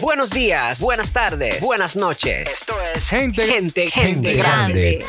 Buenos días, buenas tardes, buenas noches. Esto es Gente- gente, gente, Gente grande. grande.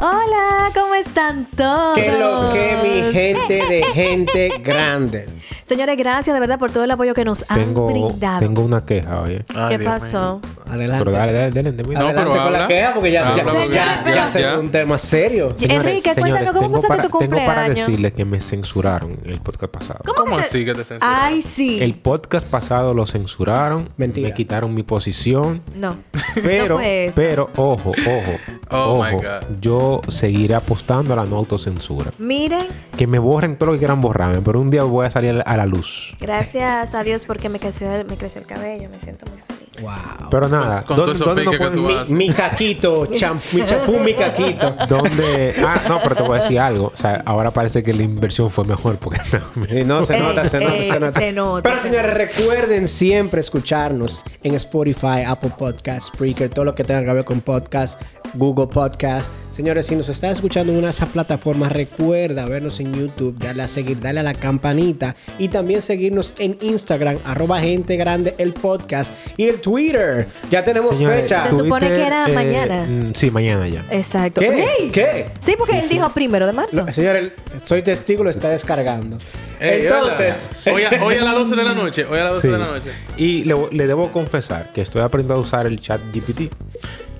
Hola, ¿cómo están todos? Que lo que mi gente de gente grande. Señores, gracias de verdad por todo el apoyo que nos han Tengo, brindado. Ah. tengo una queja, oye. ¿Qué pasó? Adelante. Pero dale, dale, dale, dale, No, Adelante pero con la habla. queja porque ya, ya, Habla, porque ya, ya- ya se ya. fue un tema serio. Enrique, cuéntanos, ¿cómo tengo pasaste para, tu Tengo para cumpleaños? decirles que me censuraron el podcast pasado. ¿Cómo, que te- así que te censuraron? Ay, sí. El podcast pasado lo censuraron. Mentira. Me quitaron mi posición. No. Pero, No fue eso. pero, ojo, ojo. Oh, ojo. my God. Yo seguiré apostando a la no autocensura. Miren, Que me borren todo lo que quieran borrarme, pero un día voy a salir a la luz. gracias a Dios porque me creció el, me creció el cabello, me siento muy feliz. Wow. Pero nada, con ¿dónde, todos esos dónde no piques que pueden- tú Mi, haces. mi caquito, cham- mi chapú, mi caquito. ¿Dónde? Ah, no, pero te voy a decir algo. O sea, ahora parece que la inversión fue mejor porque no, Sí, no, se Ey, nota, se nota, ey, se nota. Eh, se nota, Pero se señores, recuerden siempre escucharnos en Spotify, Apple Podcasts, Spreaker, todo lo que tenga que ver con podcast, Google Podcast. Señores, si nos está escuchando en una de esas plataformas, recuerda vernos en YouTube, darle a seguir, darle a la campanita y también seguirnos en Instagram, arroba gente grande el podcast y el Twitter. Ya tenemos Señores, fecha. Se supone que era mañana. mm, Sí, mañana ya. Eh, Exacto. ¿Qué? Ey. ¿Qué? Sí, porque él dijo primero de marzo. No, señores, soy testigo, lo está descargando. Ey, Entonces, hola. hoy, a, hoy a las 12 de la noche, hoy a las 12 Sí. de la noche. Y le, le debo confesar que estoy aprendiendo a usar el chat GPT.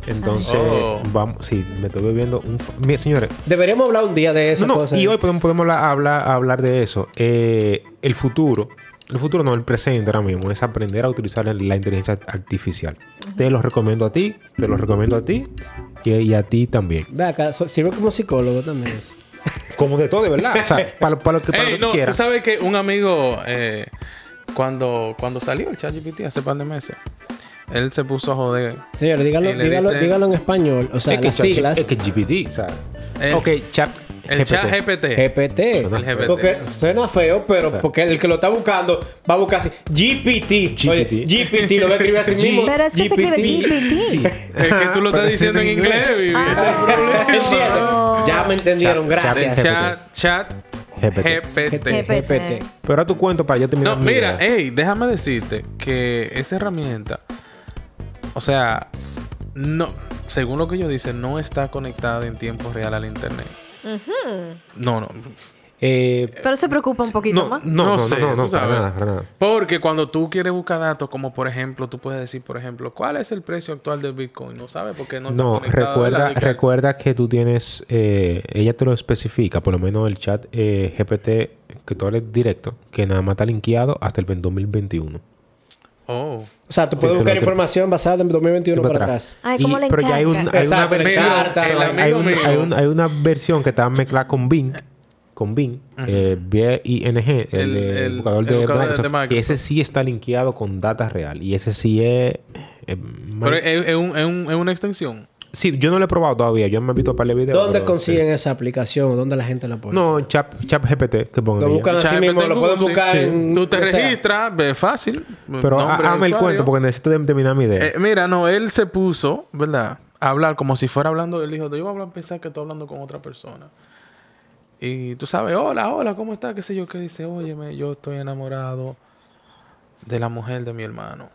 Entonces, Ah. Oh. vamos, sí, me estoy bebiendo un... Mira, señores, deberíamos hablar un día de eso. No, no, y hoy pues, podemos, podemos hablar, hablar, hablar de eso. Eh, el futuro. El futuro no, el presente ahora mismo es aprender a utilizar la inteligencia artificial. Te lo recomiendo a ti, te lo recomiendo a ti y, y a ti también. Ve acá, so- sirve como psicólogo también eso. Como de todo, de verdad. O sea, para, para lo que, para Ey, lo que no, tú quieras. sabes que un amigo, eh, cuando, cuando salió el ChatGPT hace par de meses, él se puso a joder. Señor, Y dígalo, le dígalo, dicen- dígalo en español. O sea, es que las chat- siglas. Es que GPT, o sea. El- ok, chat. El GPT. ChatGPT. GPT. El GPT. Porque suena feo, pero porque el que lo está buscando va a buscar así. GPT. GPT. Oye, GPT lo va a escribir así mismo. Pero es que se escribe GPT. Es que tú lo estás Pero diciendo en diciendo en inglés, baby. Ah. Ese es el problema. ¿Entiendes? Ya me entendieron, Chat- gracias. GPT. Chat, chat, GPT. GPT. GPT. GPT. Pero a tu cuento para yo terminar. No, mi mira, idea. hey, déjame decirte que esa herramienta, o sea, no, según lo que ellos dicen, no está conectada en tiempo real al internet. No, no. Eh, Pero se preocupa un poquito no, no, más. no, no, sé, no, tú para sabes. nada, para nada. Porque cuando tú quieres buscar datos, como por ejemplo, tú puedes decir, por ejemplo, ¿cuál es el precio actual del Bitcoin? No sabes porque no está No, conectado, ¿verdad? recuerda, Y que- recuerda que tú tienes, eh, ella te lo especifica, por lo menos el chat eh, GPT que tú hables directo, que nada más está linkeado hasta el 2021. Oh. O sea, tú puedes Sí, buscar te lo- información basada en 2021 para atrás. Ay, ¿cómo le pero ya hay, un- encanta? hay una Exacto, versión, exacto. hay, El una- amigo hay una- mío. hay una- hay una versión que está mezclada con Bing, con Bing, eh, B-I-N-G, el, El- de- el- buscador el buscador de, de- de Microsoft, Microsoft. que ese sí está linkeado con data real y ese sí es... eh, Pero mal- es, es un- es un- es una extensión. sí, yo no lo he probado todavía, yo me he visto para el video. ¿Dónde consiguen esa aplicación? ¿Dónde la gente la pone? eh, No, chat, chat GPT, que pongan Lo ahí. buscan así ChatGPT mismo, en lo Google, pueden buscar sí. en. Tú te o sea, registras, ve fácil. Pero ha- nombre de hazme el usuario. cuento porque necesito de- terminar mi idea. Eh, mira, no, él se puso, ¿verdad? A hablar como si fuera hablando. Él dijo, yo voy a hablar- pensar que estoy hablando con otra persona. Y tú sabes, hola, hola, ¿cómo estás? ¿Qué sé yo? Que dice, óyeme, yo estoy enamorado de la mujer de mi hermano.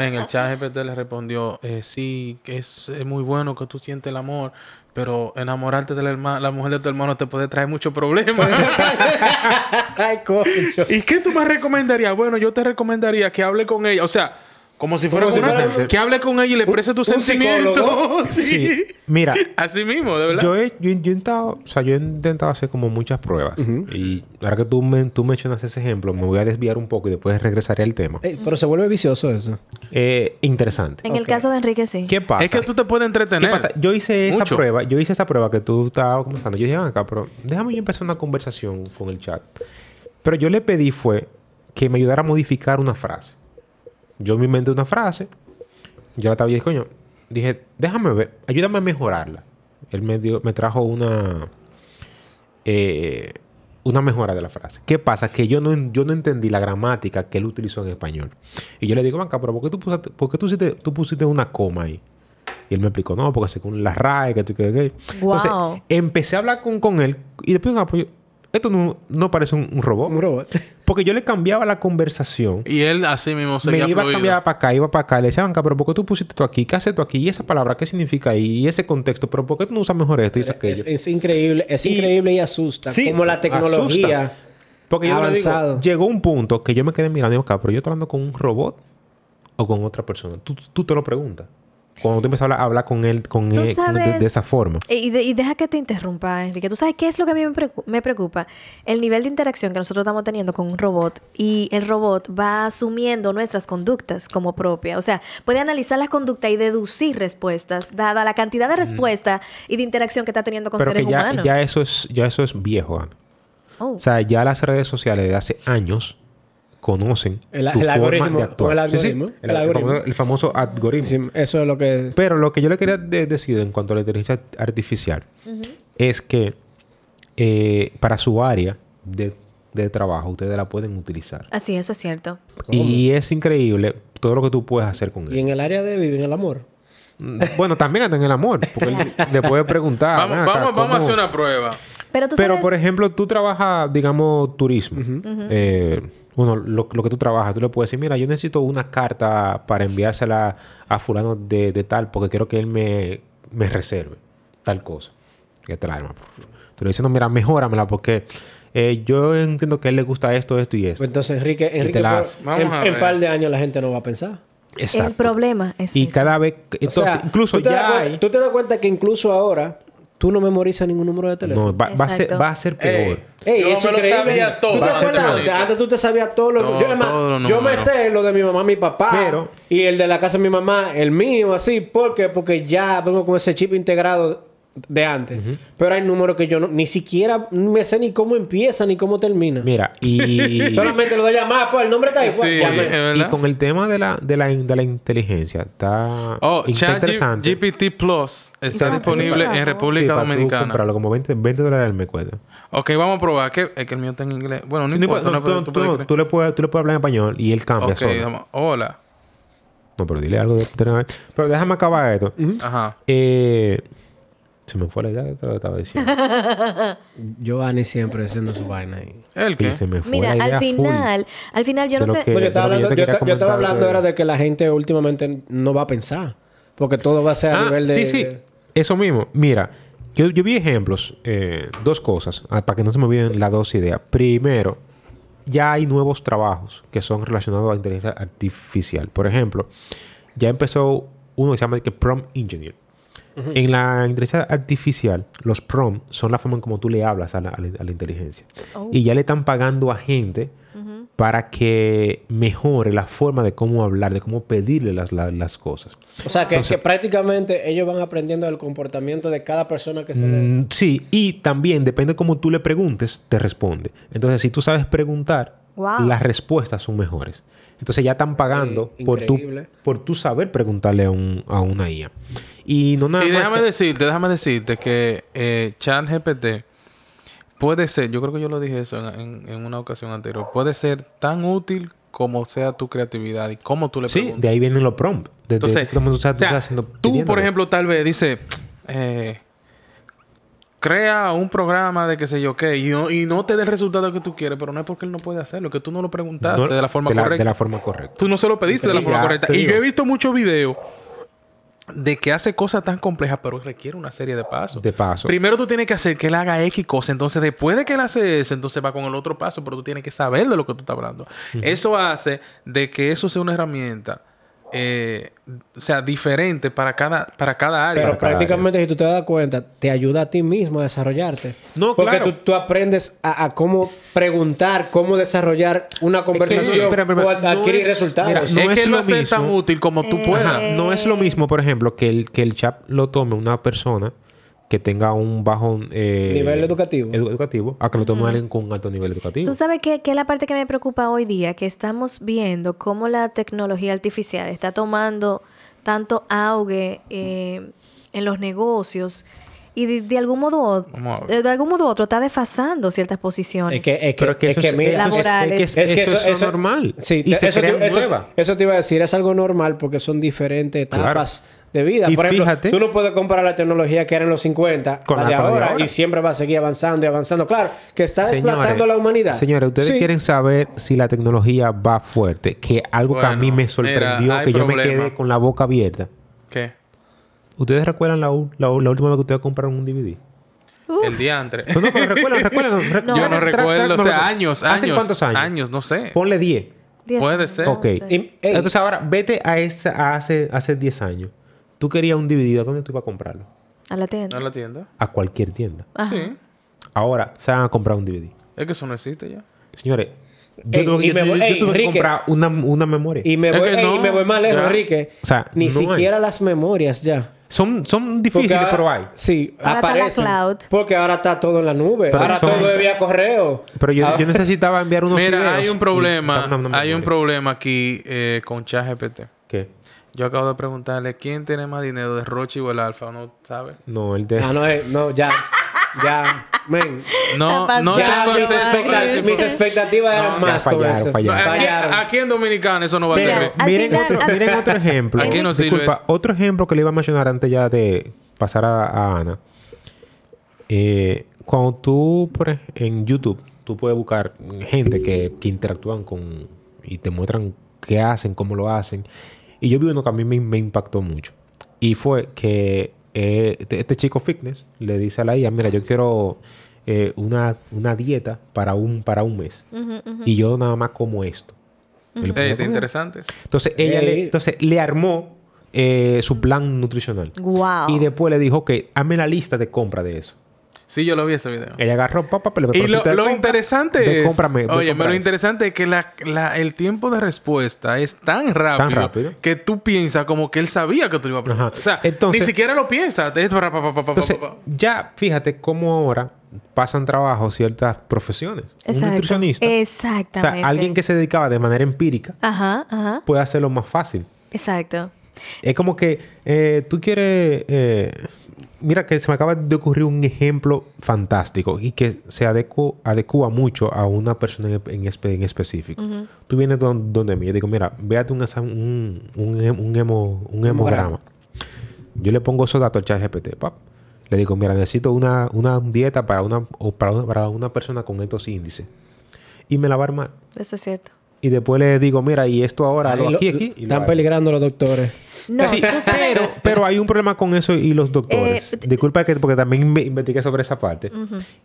en el chat GPT le respondió, eh, sí, que es, es muy bueno que tú sientes el amor, pero enamorarte de la, herma- la mujer de tu hermano te puede traer muchos problemas. Ay, coño. ¿Y qué tú me recomendarías? Bueno, yo te recomendaría que hable con ella. O sea, como si fuera, Como si una- fuera un- que hable con ella y le exprese tus un psicólogo. sentimientos. sí. Sí. Mira, Así mismo, de verdad. yo he, yo he intentado, o sea, yo he intentado hacer como muchas pruebas. Y ahora que tú, men- tú mencionas ese ejemplo, me voy a desviar un poco y después regresaré al tema. Ey, Eh, pero se vuelve vicioso eso. Eh, interesante. En el caso de Enrique, sí. ¿Qué pasa? es que tú te puedes entretener. ¿Qué pasa? Yo hice esa Mucho. prueba, yo hice esa prueba que tú estabas comenzando. Yo dije, "Ven acá, pero déjame yo empezar una conversación con el chat. Pero yo le pedí fue que me ayudara a modificar una frase. Yo me inventé una frase, yo la estaba diciendo, coño, dije, déjame ver, ayúdame a mejorarla. Él me, dio- me trajo una, eh, una mejora de la frase. ¿Qué pasa? Que yo no, yo no entendí la gramática que él utilizó en español. Y yo le digo, "Ven acá, pero ¿por qué tú pusiste, por qué tú hiciste- tú pusiste una coma ahí? Y él me explicó, no, porque según la RAE, que tú que, que. Wow. Entonces, empecé a hablar con, con él y después, ah, pues, yo- esto no, no parece un, un robot. Un robot. Porque yo le cambiaba la conversación. Y él así mismo me seguía iba a fluido. cambiar para acá, iba para acá. Le decía, "Ven acá, pero ¿por qué tú pusiste tú aquí? ¿Qué haces tú aquí? ¿Y esa palabra? ¿Qué significa ahí? ¿Y ese contexto? ¿Pero por qué tú no usas mejor esto y usas aquello? Es, es increíble, es Y- increíble y asusta. Sí, como la tecnología. asusta. Porque yo ha ahora digo, avanzado. llegó un punto que yo me quedé mirando y digo, "Acá, pero yo estoy hablando con un robot o con otra persona. Tú, tú te lo preguntas. Cuando tú empiezas a hablar, a hablar con él, con Tú él con- de- de, sabes- esa forma. Eh, Y, y de- y deja que te interrumpa, Enrique. ¿Tú sabes qué es lo que a mí me, preocu- me preocupa? El nivel de interacción que nosotros estamos teniendo con un robot y el robot va asumiendo nuestras conductas como propia. O sea, puede analizar las conductas y deducir respuestas, dada la cantidad de respuesta y de interacción que está teniendo con Mm. Pero que seres ya, humanos. ya eso es, ya eso es viejo, Ana. Oh. O sea, ya las redes sociales de hace años conocen El- tu el forma algoritmo, de actuar. el Sí, sí, algoritmo, el el, el famoso- algoritmo. el famoso algoritmo. Sí, eso es lo que. Pero lo que yo le quería de- decir en cuanto a la inteligencia artificial es que eh, para su área de, de trabajo ustedes la pueden utilizar. Así, eso es cierto. Y es increíble todo lo que tú puedes hacer con Y él. en el área de vivir en el amor. Bueno, también hasta en el amor, porque él le puede preguntar. Vamos, "Ven acá, vamos, vamos ¿cómo- a hacer una prueba. Pero tú Pero, sabes... por ejemplo, tú trabajas, digamos, turismo. Eh, bueno, lo, lo que tú trabajas, tú le puedes decir, mira, yo necesito una carta para enviársela a fulano de, de tal, porque quiero que él me, me reserve tal cosa. Que te la arma. Tú le dices, no, mira, mejóramela, porque eh, yo entiendo que a él le gusta esto, esto y esto. Pues entonces, Enrique, Enrique la por- hace. Vamos en a un ver. par de años la gente no va a pensar. El problema es Y ese. cada vez... que- O sea, Entonces, incluso ¿tú te, das ya cuenta, hay... tú te das cuenta que incluso ahora tú no memorizas ningún número de teléfono. No, va, va a ser, Exacto. va a ser peor. Ey, yo es me lo increíble. sabía todo. ¿Tú te Va a ser acuerdas? peor. Antes, antes tú te sabías todo lo No, yo, además, todos los yo me números. sé lo de mi mamá, mi papá. Pero- y el de la casa de mi mamá, el mío, así. ¿Por qué? Porque ya vengo con ese chip integrado de antes. Pero hay números que yo no, ni siquiera me sé ni cómo empieza ni cómo termina. Mira, y... Solamente lo de llamar, pues el nombre está ahí. pues, Sí, llamé. es verdad. Y con el tema de la, de la, de la inteligencia, está, Oh, está Chat interesante. GPT Plus está Exacto. disponible Sí, en para- Sí, República para tú Dominicana. comprarlo, como 20, 20 dólares me cuesta. Ok, vamos a probar. que Es que el mío está en inglés. Bueno, no Sí, no importa. importa, no, no, pero tú tú- tú puedes no, creer. tú le puedes, tú le puedes hablar en español y él cambia Ok, solo. vamos. Hola. No, pero dile algo de, de- Pero déjame acabar esto. Ajá. Eh, se me fue la idea de lo que estaba diciendo. Giovanni siempre haciendo su vaina ahí. ¿El Y qué? se me fue Mira, la idea al full. final, al final yo De no lo sé... que- Porque yo estaba Pero yo hablando, te yo, quería ta- yo estaba comentar hablando de- era de que la gente últimamente no va a pensar. Porque todo va a ser a Ah, nivel de. sí, sí. de- Eso mismo. Mira, yo, yo vi ejemplos, eh, dos cosas, ah, para que no se me olviden las dos ideas. Primero, ya hay nuevos trabajos que son relacionados a inteligencia artificial. Por ejemplo, ya empezó uno que se llama que prompt engineer. En la inteligencia artificial, los prompts son la forma en como tú le hablas a la, a la- a la inteligencia. Oh. Y ya le están pagando a gente para que mejore la forma de cómo hablar, de cómo pedirle las- la- las cosas. O sea, que, que prácticamente ellos van aprendiendo del comportamiento de cada persona que se le... Mm, sí, y también depende cómo tú le preguntes, te responde. Entonces, si tú sabes preguntar, Wow. las respuestas son mejores. Entonces ya están pagando Eh, por tu, increíble. por tu saber preguntarle a, un, a una IA. Y no nada Y más. déjame cha- decirte, déjame decirte que eh, ChatGPT puede ser, yo creo que yo lo dije eso en, en- en una ocasión anterior, puede ser tan útil como sea tu creatividad y cómo tú le Sí, preguntas. de ahí vienen los prompts. De- de- Entonces, cómo tú estás- tú o sea, estás haciendo- tú, por pidiéndole. ejemplo, tal vez dices, eh, crea un programa de qué sé yo qué y no, y no te dé el resultado que tú quieres, pero no es porque él no puede hacerlo, que tú no lo preguntaste No, de la forma correcta. de la forma correcta. Tú no se lo pediste de la Sí, forma ya, correcta. te Y digo. yo he visto muchos videos de que hace cosas tan complejas, pero requiere una serie de pasos. De paso. Primero tú tienes que hacer que él haga X cosa. Entonces, después de que él hace eso, entonces va con el otro paso, pero tú tienes que saber de lo que tú estás hablando. Eso hace de que eso sea una herramienta. eh, o sea, diferente para cada, para cada área. Pero cada prácticamente, si tú te das cuenta, te ayuda a ti mismo a desarrollarte. No, Porque claro. tú, tú aprendes a, a cómo preguntar, cómo desarrollar una conversación espera, espera, o espera. a- adquirir No es- resultados. mira, no es, es que lo lo hace tan mismo. útil como tú Eh, puedas. Ajá, No es lo mismo, por ejemplo, que el, que el chat lo tome una persona que tenga un bajo eh, Nivel educativo. edu- educativo, a que lo tome alguien con un alto nivel educativo. Tú sabes que, que es la parte que me preocupa hoy día, que estamos viendo cómo la tecnología artificial está tomando tanto auge eh, en los negocios y de, de algún modo Vamos a ver. de, de algún modo u otro está desfasando ciertas posiciones. Es que, es que, Pero que es eso que es- mira, eso es- Laborales. es que Es que eso, eso, eso es eso- normal. Sí, y se eso, crean te, eso- nuevas. eso te iba a decir, es algo normal porque son diferentes etapas de vida. Y Por ejemplo, fíjate- tú no puedes comparar la tecnología que era en los 50 Con la la de con la de ahora, ahora. y siempre va a seguir avanzando y avanzando. Claro, que está desplazando a la humanidad. Señores, ustedes Sí. quieren saber si la tecnología va fuerte. Que algo que a Bueno, mí me mira, sorprendió, hay que yo me problema. quedé con la boca abierta. ¿Qué? ¿Ustedes recuerdan la, u- la u- la última vez que ustedes compraron un DVD? Uf. El diantre. No, no, pero recuerdan, recuerdan. rec- No. Yo no tra- tra- recuerdo. O no, sea, no. años, años. ¿Hace cuántos años? Años, no sé. Ponle 10. Dios Puede mío, ser. no Ok. sé. Y- ey, Entonces ahora, vete a, esa, a hace, hace 10 años. Tú querías un DVD, ¿a dónde tú ibas a comprarlo? A la tienda. ¿No la tienda? A cualquier tienda. Ajá. Sí. Ahora se van a comprar un DVD. Es que eso no existe ya. Señores, yo Ey, tuve, Eh, y que- yo me tuve- voy- yo ey, tuve que Enrique. comprar una, una memoria. y, me Es voy, que ey, no, y me voy más lejos, ya. Enrique. O sea, ni no hay. siquiera las memorias ya. son, son Porque difíciles, ahora- pero hay. Sí, Ahora está la aparecen. cloud. Porque ahora está todo en la nube. Pero ahora son- todo es vía correo. Ah, Pero yo, Ahora- yo necesitaba enviar unos Mira, videos. hay un Y- problema. no, no, no, hay no, un no. problema aquí eh, con ChatGPT. ¿Qué? Yo acabo de preguntarle quién tiene más dinero de Rochi o el Alfa, no sabe. No, el de... Ah, no, eh, no, ya. Ya. Men. No, Capaz no ya, Ya, tengo yo mis, acceso a expecta- esa mis información. expectativas eran No, ya más con fallaron, eso. No, fallaron. aquí, Fallaron. aquí en Dominicana eso no va Mira, a Miren, servir. al miren final- otro, al- miren otro ejemplo. Aquí no sirve Disculpa, eso. otro ejemplo que le iba a mencionar antes ya de pasar a, a Ana. Eh, cuando tú por ej- en YouTube, tú puedes buscar gente que, que interactúan con y te muestran qué hacen, cómo lo hacen. Y yo vi uno que a mí me, me impactó mucho. Y fue que eh, este, este chico fitness le dice a la IA, mira, yo quiero eh, una, una dieta para un, para un mes. Y yo nada más como esto. Y le puse Ey, a Eh, está comer. interesante. Entonces ella Ey. le, entonces, le armó eh, su plan nutricional. Wow. Y después le dijo que hazme la lista de compra de eso. Sí, yo lo vi ese Ah. video. Ella agarró papá, Eh, pero Y lo, lo interesante es. Cómprame, ve, oye, compra lo eso. interesante es que la- la- el tiempo de respuesta es tan rápido, rápido. que tú piensas como que él sabía que tú lo ibas a preguntar. Ajá. O sea, Entonces- ni siquiera lo piensas. Es pa, pa, pa, pa, pa, Entonces, pa, pa. ya fíjate cómo ahora pasan trabajo ciertas profesiones. Un nutricionista. O Exactamente. sea, alguien que se dedicaba de manera empírica Ajá, ajá. puede hacerlo más fácil. Exacto. Es como que eh, tú quieres. eh, mira, que se me acaba de ocurrir un ejemplo fantástico y que se adecu- adecua mucho a una persona en, en espe- en específico. Tú vienes don- donde mí, yo digo, mira, véate un, exam- un, un, hem- un hemo- un hemograma. Yo le pongo esos datos al chat GPT, pap. Le digo, mira, necesito una, una dieta para una, o para, una, para una persona con estos índices. Y me la va a armar. Eso es cierto. Y después le digo, mira, y esto ahora, Ahí lo, lo- aquí, aquí. y lo están arma. peligrando los doctores. No, Sí, tú sabes- pero, pero hay un problema con eso y los doctores. Eh, t- Disculpa que porque también me investigué sobre esa parte.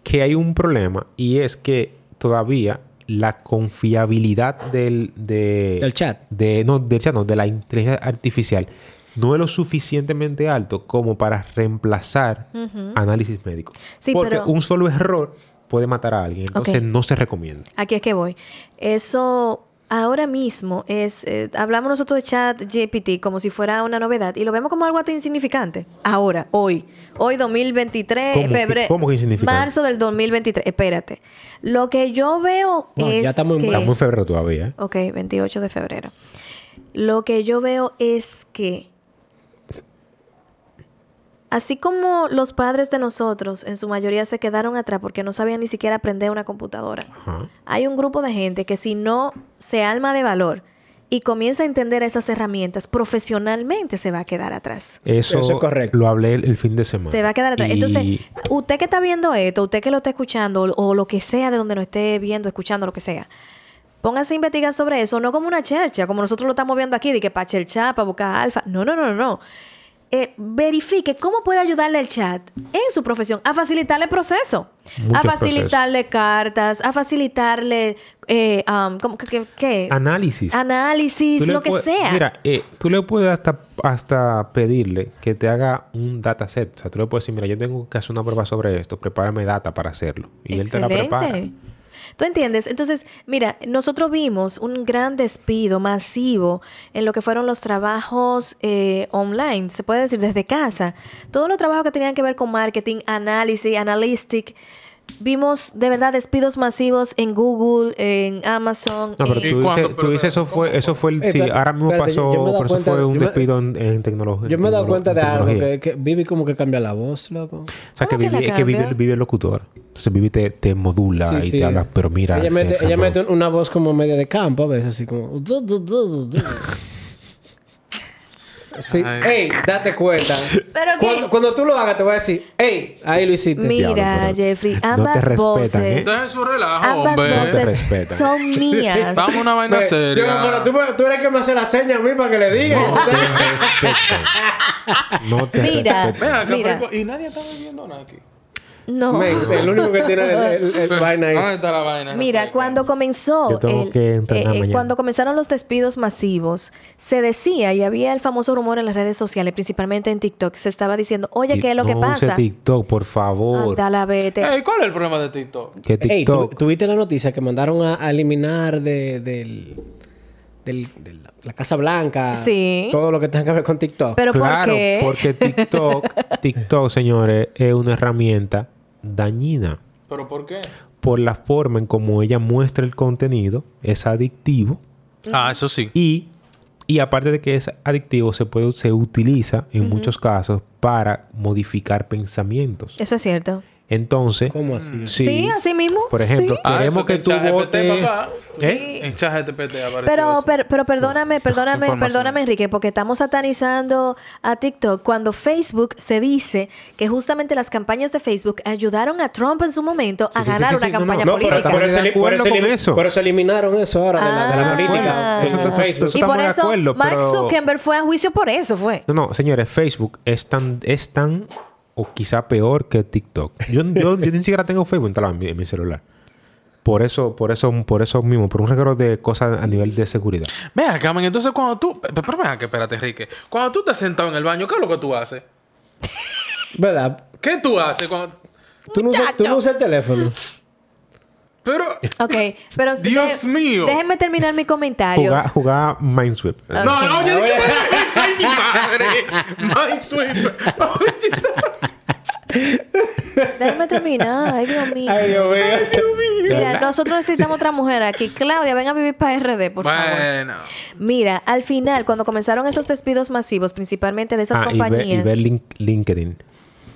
Que hay un problema y es que todavía la confiabilidad del, de- Del chat. De, no, del chat, no, de la inteligencia artificial no es lo suficientemente alto como para reemplazar análisis médico. Sí, porque pero- un solo error puede matar a alguien. Entonces Ok. no se recomienda. Aquí es que voy. Eso ahora mismo es, eh, hablamos nosotros de chat GPT como si fuera una novedad y lo vemos como algo hasta insignificante. Ahora, hoy, hoy 2023, ¿Cómo que- febrero, cómo que insignificante? marzo del 2023, espérate. Lo que yo veo No, es... ya estamos en- que- Estamos en febrero todavía. ¿eh? Ok, 28 de febrero. Lo que yo veo es que, así como los padres de nosotros, en su mayoría se quedaron atrás porque no sabían ni siquiera aprender una computadora, Ajá. hay un grupo de gente que si no se alma de valor y comienza a entender esas herramientas, profesionalmente se va a quedar atrás. Eso, Eso es correcto. Lo hablé el, el fin de semana. Se va a quedar atrás. Y- Entonces, usted que está viendo esto, usted que lo está escuchando, o, o lo que sea de donde nos esté viendo, escuchando, lo que sea, póngase a investigar sobre eso, no como una chercha, como nosotros lo estamos viendo aquí, de que para cherchar, para buscar alfa. No, no, no, no, no. Eh, verifique cómo puede ayudarle el chat en su profesión a facilitarle el proceso, Muchos a facilitarle cartas, a facilitarle eh, um, ¿cómo que- que- qué? Análisis. análisis, Tú le lo que puedes- sea. Mira, eh, tú le puedes hasta, hasta pedirle que te haga un dataset. O sea, tú le puedes decir, mira, yo tengo que hacer una prueba sobre esto, prepárame data para hacerlo. Y él te la prepara. Excelente. ¿Tú entiendes? Entonces, mira, nosotros vimos un gran despido masivo en lo que fueron los trabajos eh, online, se puede decir desde casa. Todos los trabajos que tenían que ver con marketing, análisis, analytic. Vimos de verdad despidos masivos en Google, en Amazon. No, pero en- tú cuándo? dices, tú Pero, dices, eso fue, eso fue el, Eh, sí, espérate, ahora mismo espérate, yo- pasó, yo me he dado pero eso cuenta- fue un yo me- despido en, tecnología. Yo me he dado cuenta de algo. Que, que Vivi como que cambia la voz, loco. O sea, que ¿Cómo Ah, que la vive, es que vive, cambia? vive el locutor. Entonces vive te, te modula Sí, y sí. te habla, pero mira. Ella esa- mete, esa ella voz". mete una voz como media de campo a veces, así como... du, du, du, du, du. Sí. Ay. Ey, date cuenta. Pero que- cuando, cuando tú lo hagas, te voy a decir, ey, ahí lo hiciste. Mira, Diablo, pero Jeffrey, no te ambas respetan, voces, ¿eh? Dejen su relajo, ambas te hombre. voces respetan. son mías. Vamos a una vaina Ve, seria. Yo, pero tú, me- tú eres que me hace la seña a mí para que le diga. No te respeto. No te Mira. respeto. Ven acá, Mira. pero- y nadie está bebiendo nada aquí. No. Men, el único que tiene el, el- el vaina ¿Dónde ahí. está la vaina? Mira, cuando comenzó Yo tengo el- eh, que entrenar mañana. cuando comenzaron los despidos masivos, se decía y había el famoso rumor en las redes sociales, principalmente en TikTok, se estaba diciendo, "Oye, ¿qué es lo no que pasa?" use TikTok, por favor. Anda la vete. Ey, ¿Cuál es el problema de TikTok? Que Ey, ¿tú, TikTok. tú viste la noticia que mandaron a, a eliminar de, del, del- de la, la Casa Blanca? Sí. Todo lo que tenga que ver con TikTok. Pero ¿por claro, qué? porque TikTok, TikTok, señores, es una herramienta dañina. ¿Pero por qué? Por la forma en como ella muestra el contenido, es adictivo. Ah, eso sí. Y, y aparte de que es adictivo, se, puede, se utiliza en muchos casos para modificar pensamientos. Eso es cierto. Entonces, ¿Cómo así? Sí, así mismo. Por ejemplo, sí. Ah, queremos eso que que tú el ChatGPT votes. para acá. ¿Eh? En ChatGPT aparece Pero, eso. pero, pero perdóname, perdóname, información. perdóname, Enrique, porque estamos satanizando a TikTok cuando Facebook se dice que justamente las campañas de Facebook ayudaron a Trump en su momento a Sí, sí, sí, ganar sí, una sí, no, no, campaña no, pero política. estamos de elim- acuerdo elim- con eso. por eso eliminaron eso ahora de la, de la Ah. política. Eso en está- Facebook. eso y estamos por de eso acuerdo, Mark pero- Zuckerberg fue a juicio por eso, fue. No, no, señores, Facebook es tan, es tan o quizá peor que TikTok. Yo, yo, yo ni siquiera tengo Facebook instalado en mi, en mi celular. Por eso, por eso, por eso mismo, por un regalo de cosas a nivel de seguridad. Ven acá, man, entonces cuando tú... pe- Pero ven acá, espérate, Enrique. Cuando tú estás sentado en el baño, ¿qué es lo que tú haces? ¿Verdad? ¿Qué tú haces cuando...? Tú no, usas, tú no usas el teléfono. Pero... Ok, pero Dios deje- mío. Déjenme terminar mi comentario. Jugar, jugar Minesweep. No, no, oye, oye, mi madre. Minesweeper. Oye, esa- Déjenme terminar, ay Dios mío. Ay, Dios mío. Mira, nosotros necesitamos otra mujer aquí. Claudia, ven a vivir para RD, por favor. Bueno. Mira, al final, cuando comenzaron esos despidos masivos, principalmente de esas Ah, y ver, compañías. y ver link- LinkedIn.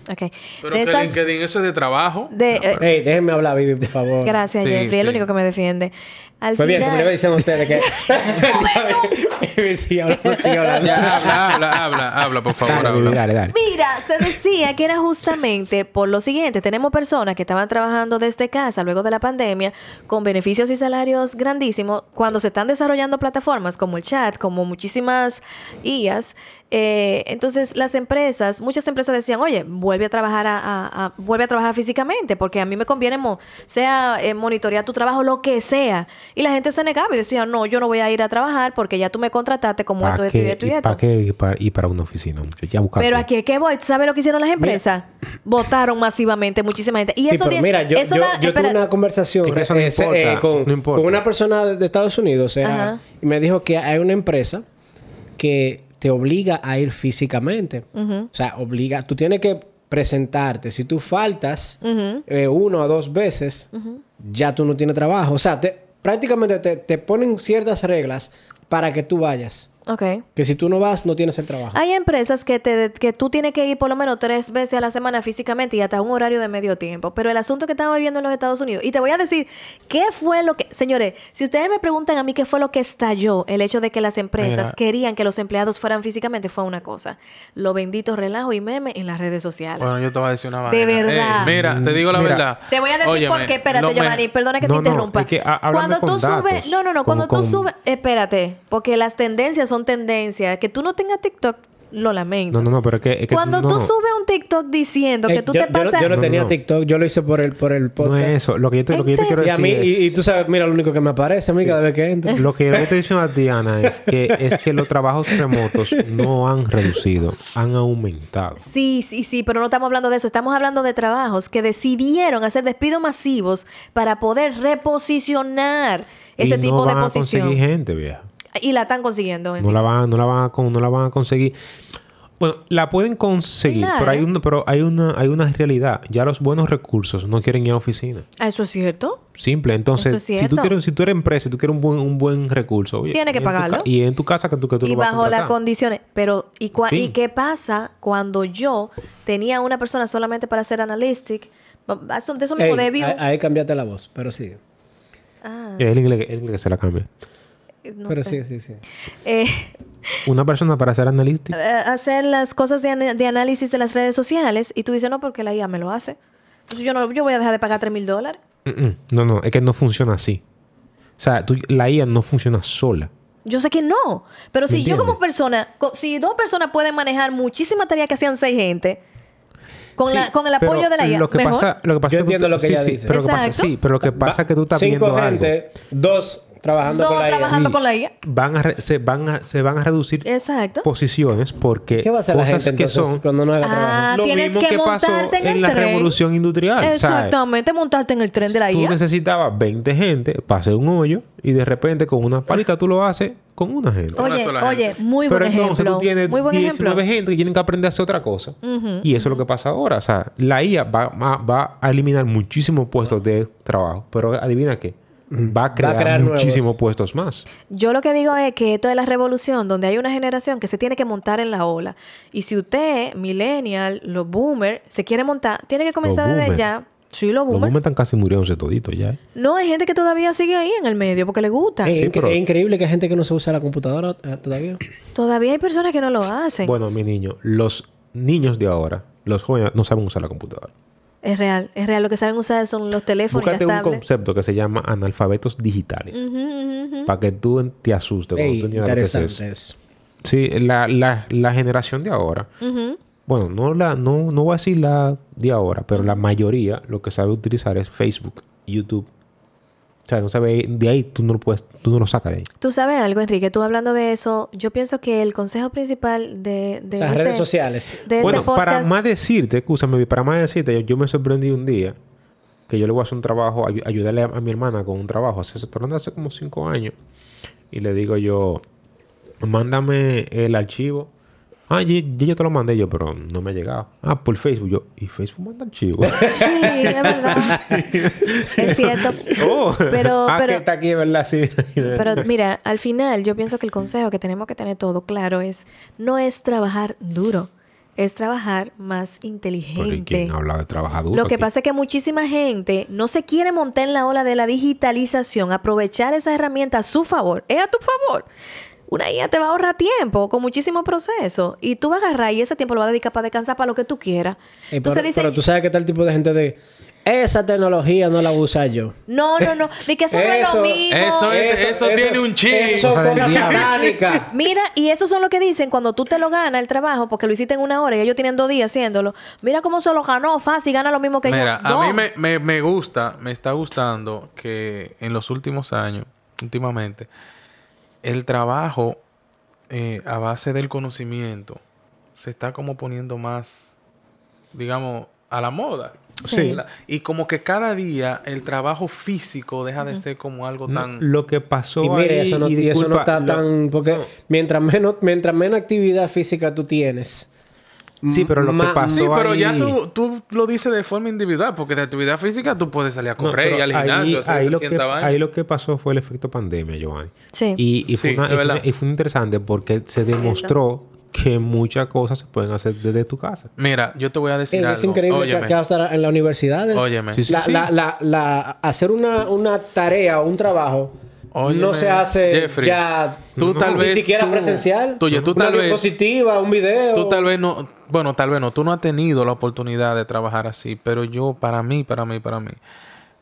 Ok. Pero de que esas. LinkedIn, eso es de trabajo. Ah, de- eh, Ey, déjenme hablar, Vivi, por favor. gracias, Sí, Jeffrey, el sí. único que me defiende. Al Pues bien, como le iba diciendo final. a ustedes que... Vivi sigue hablando, sigue hablando. Ya, habla, habla, habla, habla, por favor, Dale, habla. baby, dale, dale. Mira, se decía que era justamente por lo siguiente. Tenemos personas que estaban trabajando desde casa luego de la pandemia con beneficios y salarios grandísimos. Cuando se están desarrollando plataformas como el chat, como muchísimas IAS, eh, entonces las empresas, muchas empresas decían, oye, vuelve a trabajar a, a- a- vuelve a trabajar físicamente porque a mí me conviene mo- sea eh, monitorear tu trabajo, lo que sea. Y la gente se negaba y decía, no, yo no voy a ir a trabajar porque ya tú me contrataste como esto, ¿Para esto y qué? esto y ¿Y esto. para qué? ¿Y para, y para una oficina? muchacho? Ya busca Pero tú. aquí, es que voy? ¿Tú ¿Sabes lo que hicieron las empresas? Votaron masivamente, muchísima gente. Y Sí, eso pero di- mira, yo, eso yo, da- yo tuve espera. una conversación Es que eso no eh, se- importa, eh, con, no importa. con una persona de Estados Unidos o sea, Ajá. y me dijo que hay una empresa que te obliga a ir físicamente. O sea, obliga, tú tienes que presentarte. Si tú faltas Ujú. eh, uno o dos veces, ya tú no tienes trabajo. O sea, te- prácticamente te, te ponen ciertas reglas para que tú vayas. Ok. Que si tú no vas, no tienes el trabajo. Hay empresas que, te, que tú tienes que ir por lo menos tres veces a la semana físicamente y hasta un horario de medio tiempo. Pero el asunto que estamos viviendo en los Estados Unidos, y te voy a decir, ¿qué fue lo que... Señores, si ustedes me preguntan a mí qué fue lo que estalló el hecho de que las empresas Mira. querían que los empleados fueran físicamente, fue una cosa. Lo bendito relajo y meme en las redes sociales. Bueno, yo te voy a decir una vaina. De verdad. Ey, mira, te digo la Mira. verdad. Te voy a decir Óyeme, por qué, espérate, no me- Giovanni, perdona que No, te no, interrumpa. es que ha- háblame cuando con tú subes, datos, no, no, no, como cuando tú con- subes, espérate, porque las tendencias son tendencias, que tú no tengas TikTok, lo lamento. No, no, no, pero es que... es que- cuando no, tú no. subes un TikTok diciendo Eh, que tú yo, te yo no- pasas yo no, No, tenía no. TikTok, yo lo hice por el, por el No podcast. es eso. Lo que yo te, lo que yo te ¿En quiero Y a decir mí, es... y, y tú sabes, mira, lo único que me aparece a mí cada vez que entro. Lo que yo te estoy diciendo a ti, Ana, es que, es que los trabajos remotos no han reducido, han aumentado. Sí, sí, sí, pero no estamos hablando de eso. Estamos hablando de trabajos que decidieron hacer despidos masivos para poder reposicionar ese y tipo no de van a posición. Pues conseguir gente, vieja. Y la están consiguiendo. No la van, no la van, a, con- no la van a conseguir. Bueno, la pueden conseguir, Pues Claro. pero, hay una, pero hay, una, hay una realidad. Ya los buenos recursos no quieren ir a la oficina. Ah, ¿Eso es cierto? Simple. Entonces, Eso es si tú, cierto. quieres, si tú eres empresa y tú quieres un buen, un buen recurso... oye, Tiene que y en tu ca- pagarlo. Y en tu casa que tú, que tú y lo vas a bajo las contratar. condiciones. Pero, ¿y, cua- En ¿y fin. qué pasa cuando yo tenía una persona solamente para hacer analytic? A eso- De eso mismo Ey, de view. ahí- ahí cambiaste la voz, pero sí. Ah, Es el inglés, el inglés que se la cambia. no pero sé. sí, sí, sí. Eh, Una persona para ser analítica. eh, hacer las cosas de, ana- de análisis de las redes sociales y tú dices, no, porque la IA me lo hace. Entonces yo no yo voy a dejar de pagar 3 mil dólares. Mm, mm. No, no, es que no funciona así. O sea, tú- la IA no funciona sola. Yo sé que no, pero si yo ¿Entiendes? como persona, co- si dos personas pueden manejar muchísimas tareas que hacían seis gente, con, Sí, la- con el pero apoyo de la IA, Lo que mejor. pasa, lo que pasa Yo es tú- entiendo lo que sí, ella sí, dice. Pero lo que pasa, Exacto. sí, pero lo que pasa es que tú estás Cinco viendo gente, algo. dos trabajando Dos con la IA. trabajando con la IA. Van a re- se, van a, se van a reducir Exacto. Pues posiciones porque ¿Qué va a hacer la cosas gente que entonces son cuando no haga Ah, trabajo? lo tienes mismo que que, pasó montarte en en, el la tren. revolución industrial. o sea, Exactamente, montarte en el tren de la Tú IA. necesitabas 20 gente para hacer un hoyo y de repente con una palita tú lo haces con una gente. una Oye, sola oye, gente. muy Pero buen entonces ejemplo. tú tienes muy buen 19 ejemplo. gente que tienen que aprender a hacer otra cosa. y eso es lo que pasa ahora. O sea, la IA va, va- va a eliminar muchísimos puestos de trabajo. Pero adivina qué. Va a crear, Mm. crear nuevos. muchísimos puestos más. Yo lo que digo es que esto es la revolución donde hay una generación que se tiene que montar en la ola. Y si usted, millennial, los boomer, se quiere montar, tiene que comenzar desde boomer. ya. Sí, los Los boomer. momentos casi muriéndose toditos ya. ¿eh? No, hay gente que todavía sigue ahí en el medio porque le gusta. Es, Sí, incre- pero- es increíble que hay gente que no se usa la computadora eh, todavía. Todavía hay personas que no lo hacen. Bueno, mi niño, los niños de ahora, los jóvenes, no saben usar la computadora. Es real, es real. Lo que saben usar son los teléfonos y las Búscate un tablets. concepto que se llama analfabetos digitales. Ujú, ujú. Para que tú en- te asustes cuando Ey, tú entiendas lo que es interesante eso. eso. Sí, la, la- la generación de ahora. Bueno, no, la, no, no voy a decir la de ahora, pero la mayoría lo que sabe utilizar es Facebook, YouTube. O sea, no sabe, de ahí tú no lo puedes, tú no lo sacas de ahí. Tú sabes algo, Enrique. Tú hablando de eso, yo pienso que el consejo principal de, de O sea, este- redes sociales. de este bueno, para podcast- más decirte, escúchame, para más decirte, yo, yo me sorprendí un día que yo le voy a hacer un trabajo, ay- ayudarle a, a mi hermana con un trabajo. Hace, estoy hablando de hace como cinco años. Y le digo yo, mándame el archivo. Ah, yo, yo, yo te lo mandé yo, pero no me ha llegado. Ah, por Facebook. Yo, ¿y Facebook manda archivo? Sí, es verdad. es cierto. oh, Pero- ah, pero- que está aquí, ¿verdad? Sí. Pero mira, al final yo pienso que el consejo que tenemos que tener todo claro es no es trabajar duro, es trabajar más Pero, ¿y inteligente. quién habla de trabajador? Lo que aquí? pasa es que muchísima gente no se quiere montar en la ola de la digitalización, aprovechar esa herramienta a su favor, es a tu favor. Una IA te va a ahorrar tiempo con muchísimo proceso y tú vas a agarrar y ese tiempo lo vas a dedicar para descansar para lo que tú quieras. Ey, Entonces Eh, pero, dicen, pero tú sabes que tal tipo de gente de... Esa tecnología no la voy a usar yo. no, no, no, di que eso, no es Eso- lo mismo. eso es- tiene un chip. Eso O son sea, del cosas diablo. satánicas. Mira, y esos son lo que dicen cuando tú te lo ganas el trabajo, porque lo hiciste en una hora y ellos tienen dos días haciéndolo. Mira cómo se lo ganó, fácil, gana lo mismo que Mira, yo. No. a mí me, me- me gusta, me está gustando que en los últimos años, últimamente, el trabajo eh, a base del conocimiento se está como poniendo más, digamos, a la moda. Sí. La- Y como que cada día el trabajo físico deja de ser como algo No, tan... lo que pasó Y mire, ahí, eso no, y y eso no disculpa, está lo- tan... Porque mientras, menos, mientras menos actividad física tú tienes... Sí, pero lo que ma- pasó Sí, pero ya ahí- tú, tú lo dices de forma individual, porque de actividad física tú puedes salir a No, correr pero y al gimnasio, hacer ahí, lo que, 300 vainas. ahí lo que pasó fue el efecto pandemia, Giovanni. Sí. Y, y fue Sí, una- es y fue verdad. una- y fue interesante porque se demostró que muchas cosas se pueden hacer desde tu casa. Mira, yo te voy a decir Ey, algo. es increíble que- Óyeme. que hasta en la universidad. Óyeme. Sí, sí, la, sí. la- la- la- hacer una, una tarea o un trabajo Óyeme, no se hace Jeffrey, ya tú tal ni vez- siquiera tú- presencial. tú- oye, tú una tal vez- diapositiva, un video. Tú tal vez no, bueno, tal vez no, tú no has tenido la oportunidad de trabajar así, pero yo, para mí, para mí, para mí,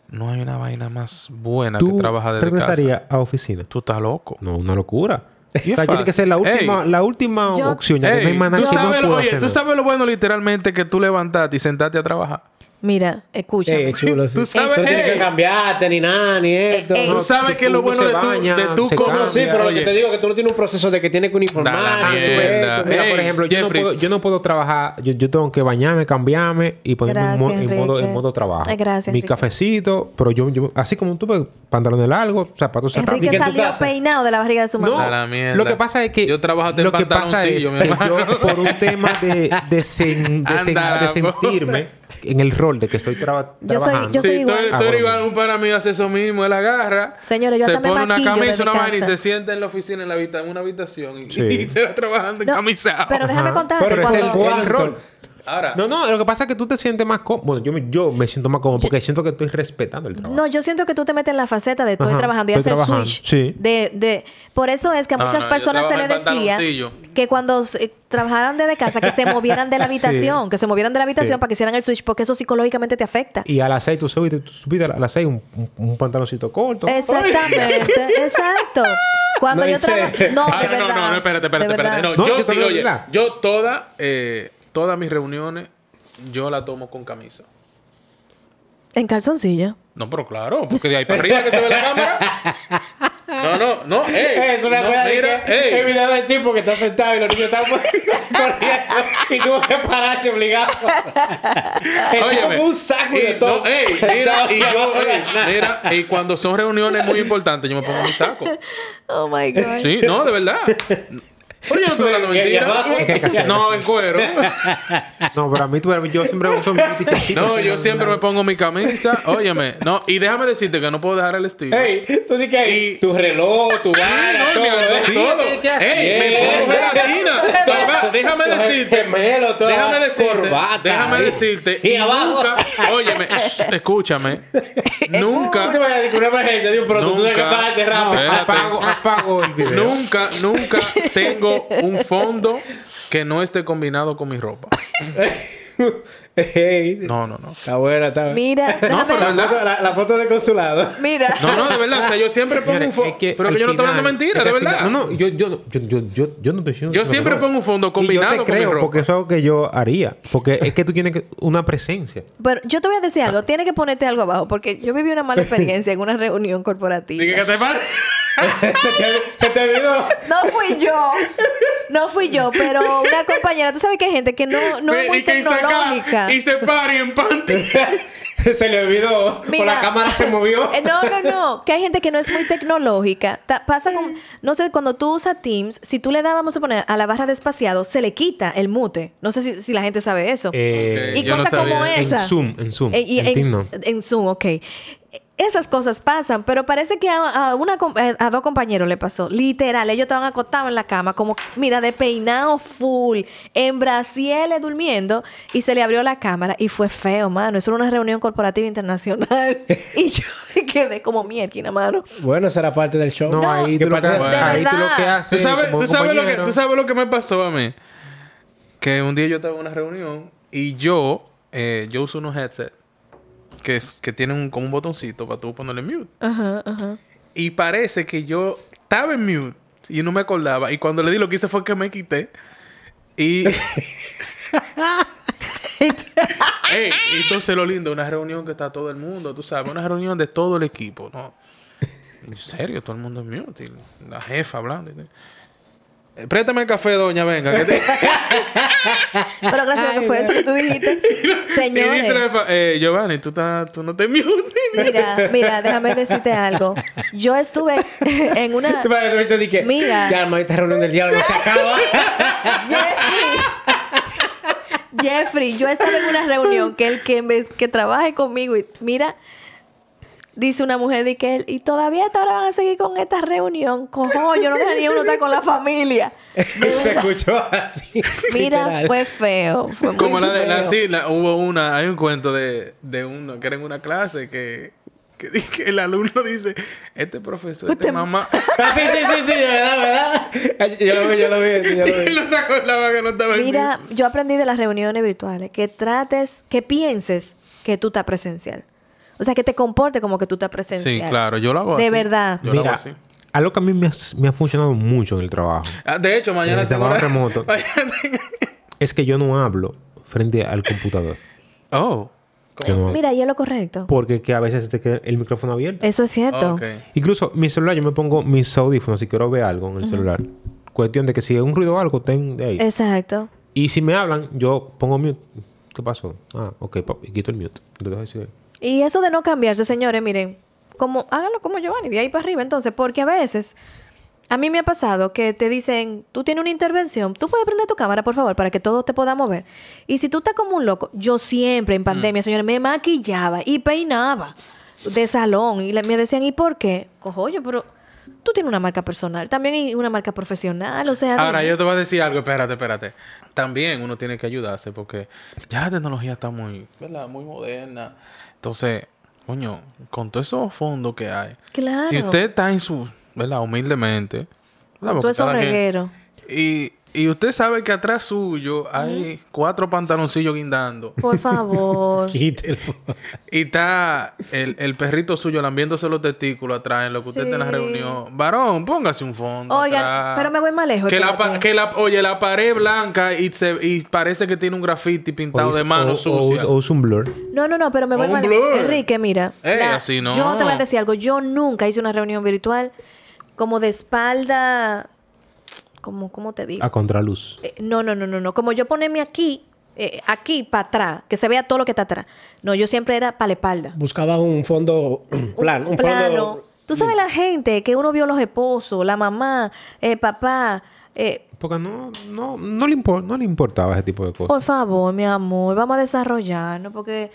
no hay una vaina más buena que ¿Tú trabajar desde casa. regresarías a oficina? Tú estás loco. No, una locura. O Y es sea, tiene que ser la fácil. última, Ey. la última Yo- opción. Ya que Ey, no hay más nada tú, que no sabes, puedo oye, hacer tú nada. sabes lo bueno literalmente que tú levantaste y sentaste a trabajar. Mira, escucha. Ey, chulo, sí. Tú sabes, Tú no tienes ey. que cambiarte ni nada, ni esto. ey. Tú No, sabes tú- que lo tú bueno se de tú, baña, de tú se como... cambia. Sí, pero lo Oye, que te digo es que tú no tienes un proceso de que tienes que Da uniformar. la que tú esto, mierda. mira, Mira, por Ey, ejemplo, yo no, Jeffrey. puedo, yo no puedo trabajar. Yo, yo tengo que bañarme, cambiarme y ponerme en mo- Gracias, en, modo, en Enrique. modo trabajo. Ay, gracias, Mi Enrique. cafecito, pero yo, yo- así como pues, tuve pantalones largos, zapatos cerrados. ¿Y qué Enrique en tu salió casa? peinado de la barriga de su No, mamá. A la mierda. lo que pasa es que Yo trabajo hasta en lo que pasa es pantaloncillo, mi que hermano. yo por un tema de, de, sen- de sen- Anda, de po. sentirme en el rol de que estoy tra- Yo soy- trabajando. yo soy- Sí, tú, igual. tú Ah, bueno. eres igual un para mí hace eso mismo, él agarra, Señores, yo se hasta me pone una maquillo camisa, desde una vaina y casa. se sienta en la oficina, en, la habita- en una habitación y, Sí. y te va trabajando en No, camisado. pero déjame Ajá. contarte. Pero es es cuando- el, cuando- el rol. Ahora, No, no, lo que pasa es que tú te sientes más cómodo. Bueno, yo me, yo me siento más cómodo porque siento que estoy respetando el trabajo. No, yo siento que tú te metes en la faceta de estoy Ajá, trabajando y estoy hacer trabajando, switch. sí. De, de, por eso es que a No, muchas no, yo personas se trabajo les en decía pantaloncillo. que cuando eh, trabajaran desde casa, que se movieran de la habitación, que se movieran de la habitación Sí. para que hicieran el switch, porque eso psicológicamente te afecta. Y a las 6 tú subiste, tú subiste a las 6 un, un- un pantaloncito corto. Exactamente, exacto. Cuando No, yo en serio. trabajo. No, Ah, de no, verdad. no, no, espérate, de espérate, espérate. verdad. No, No, yo que sí, también es oye, verdad. yo toda, eh, todas mis reuniones, yo la tomo con camisa. En calzoncillo. No, pero claro, porque de ahí para arriba que se ve la cámara. No, no, no, ey. Eso me no, acuerda de mira, que ey. el video del tipo que está sentado y los niños están corriendo y tuvo que pararse obligado. Es Óyeme. como un saco y de Y- todo. no, ey, mira, Sentado. y yo, ey, mira, y cuando son reuniones muy importantes, yo me pongo mi saco. Oh my God. Sí, no, de verdad. Pero yo no estoy hablando Ya, ya va. mentira. No, en cuero. No, pero a mí tú, yo siempre uso mi tichacito, No, sí, yo siempre me pongo mi camisa. Óyeme, no, y déjame decirte que no puedo dejar el estilo. Ey, tú dices que Y- ahí, tu reloj, tu vara, no, todo. mi alma, ¿eh? todo. ¿qué- qué haces? Ey, me Bien. pongo gelatina. Todo. Papá, Déjame Todo decirte. gemelo, toda déjame decirte. corbata déjame ahí. decirte. Y Y abajo. nunca. Óyeme, shh, escúchame. Tú te Nunca. vas a decir una emergencia de un producto, tú tienes que Nunca. pararte rápido. No, espérate. Apago, apago el video. Nunca, nunca tengo un fondo que no esté combinado con mi ropa. Ey, No, no, no. Está buena, está buena. Mira, No, pero de déjame- La verdad. foto, la, la foto de consulado. mira. No, no, de verdad. O sea, yo siempre pongo un Señores, fondo. es pero al que yo no estoy hablando final- mentira, es que de al verdad. final- no, no, yo, yo, yo, yo, yo, yo no te estoy diciendo Yo que no siempre te pongo un fondo Y combinado Yo con te mi creo, ropa. porque eso es algo que yo haría. Porque es que tú tienes que- una presencia. Pero yo te voy a decir algo, Ah. tiene que ponerte algo abajo, porque yo viví una mala experiencia en una reunión Dije corporativa. que te pasa. se, te, se te olvidó. No fui yo, no fui yo, pero una compañera, tú sabes que hay gente que no, no es muy y que se tecnológica. acaba y se pare en panty. se le olvidó. o Mira. la cámara se movió. Eh, No, no, no. Que hay gente que no es muy tecnológica. Ta- pasa con... No sé, cuando tú usas Teams, si tú le das, vamos a poner, a la barra de espaciado, se le quita el mute. No sé si, si la gente sabe eso. Eh, y yo no cosas como sabía. esa. En Zoom, en Zoom. Eh, y en en, Teams no. en Zoom, ok. Eh, Esas cosas pasan, pero parece que a, a una, com- eh, a dos compañeros le pasó. Literal, ellos estaban acostados en la cama, como, mira, de peinado full, en brasieles durmiendo, y se le abrió la cámara, y fue feo, mano. Eso era una reunión corporativa internacional. y yo me quedé como mierda, mano. Bueno, será parte del show. No, No, ahí, ¿qué tú lo que pasa? haces, De ahí tú lo verdad. que ¿Tú haces. sabes, como tú sabes lo que, compañero. tú sabes lo que me pasó a mí. Que un día yo estaba en una reunión y yo, eh, yo uso unos headset que, es- que tienen un, como un botoncito para tú ponerle mute. Ajá, ajá. Y parece que yo estaba en mute y no me acordaba. Y cuando le di lo que hice fue que me quité. Y. Ey, y entonces lo lindo, una reunión que está todo el mundo, tú sabes, una reunión de todo el equipo, ¿no? En serio, todo el mundo en mute. y la jefa hablando. y tal. Eh, Préstame el café, doña, venga. que te- Pero gracias a que fue eso que tú dijiste. Y dice la Señores, jefa, eh, Giovanni, tú, estás- tú no te mute. mira, mira, déjame decirte algo. Yo estuve en una... Tú para el dije, Mira. ya, hermano, esta reunión del diablo se acaba. Jeffrey. Jeffrey, yo estaba en una reunión que el que, me, que trabaje conmigo y mira, dice una mujer de que él, y todavía hasta ahora van a seguir con esta reunión, cojo, yo no dejaría uno estar con la familia. se escuchó así. Mira, literal. fue feo. Fue muy Como la de la feo. sí, la- hubo una, hay un cuento de, de uno que era en una clase que, que, di- que el alumno dice, este profesor, este mamá, Ah, sí, sí, sí, sí, verdad, verdad. Ay, Yo lo vi, yo lo vi, sí, yo lo y vi. lo sacó la vaga, no estaba en Mira, yo aprendí de las reuniones virtuales que trates, que pienses que tú estás presencial. O sea, que te comporte como que tú estás mí. presencial. yo lo hago pues, De verdad. Yo lo hago Mira, así. algo que a mí me ha, me ha funcionado mucho en el trabajo Ah, De hecho, mañana El trabajo una- remoto. mañana tengo- es que yo no hablo frente al computador. Oh. Yo no- Mira, y es lo correcto. porque que a veces se te queda el micrófono abierto. Eso es cierto. Ok. Incluso mi celular, yo me pongo mis audífonos si quiero ver algo en el celular. Cuestión de que si hay un ruido o algo, ten de ahí. Exacto. Y si me hablan, yo pongo mute. ¿Qué pasó? Ah, ok, pop, y quito el mute. Lo dejo así. Y eso de no cambiarse, señores, miren, como, háganlo como Giovanni, de ahí para arriba, entonces, porque a veces, a mí me ha pasado que te dicen, tú tienes una intervención, tú puedes prender tu cámara, por favor, para que todos te podamos ver. Y si tú estás como un loco, yo siempre en Mm. pandemia, señores, me maquillaba y peinaba de salón y le- me decían, ¿y por qué? Cojo, yo, pero tú tienes una marca personal, también hay una marca profesional, o sea... Ahora, de- yo te voy a decir algo, espérate, espérate. También uno tiene que ayudarse porque ya la tecnología está muy, ¿verdad? Muy moderna. Entonces, coño, con todos esos fondos que hay, Claro. si usted está en su, ¿verdad? Humildemente, ¿verdad? Porque Con todo eso cada quien- reguero. Y, y usted sabe que atrás suyo hay cuatro pantaloncillos guindando. Por favor. Quítelo. Y está el, el perrito suyo lambiéndose los testículos atrás en lo que usted está en la Sí. reunión. Varón, póngase un fondo. Oigan, atrás. pero me voy más lejos, Que la, pa- espérate. que la, oye, la pared blanca y, se- y parece que tiene un graffiti pintado de mano o, sucia. o- o usa un blur. No, no, no, pero me voy Un mal. blur. Enrique, mira. Ey, así no. Yo te voy a decir algo. Yo nunca hice una reunión virtual como de espalda. Como, ¿Cómo te Ah. digo? A contraluz. Eh, no, no, no, no, no. Como yo ponerme aquí, eh, aquí para atrás, que se vea todo lo que está atrás. No, yo siempre era para la espalda. Buscaba un fondo plano. Un plano. fondo. Tú sabes la gente que uno vio los esposos, la mamá, el papá. eh, Porque no, no, no, le impor- no le importaba ese tipo de cosas. por favor, mi amor, vamos a desarrollarnos porque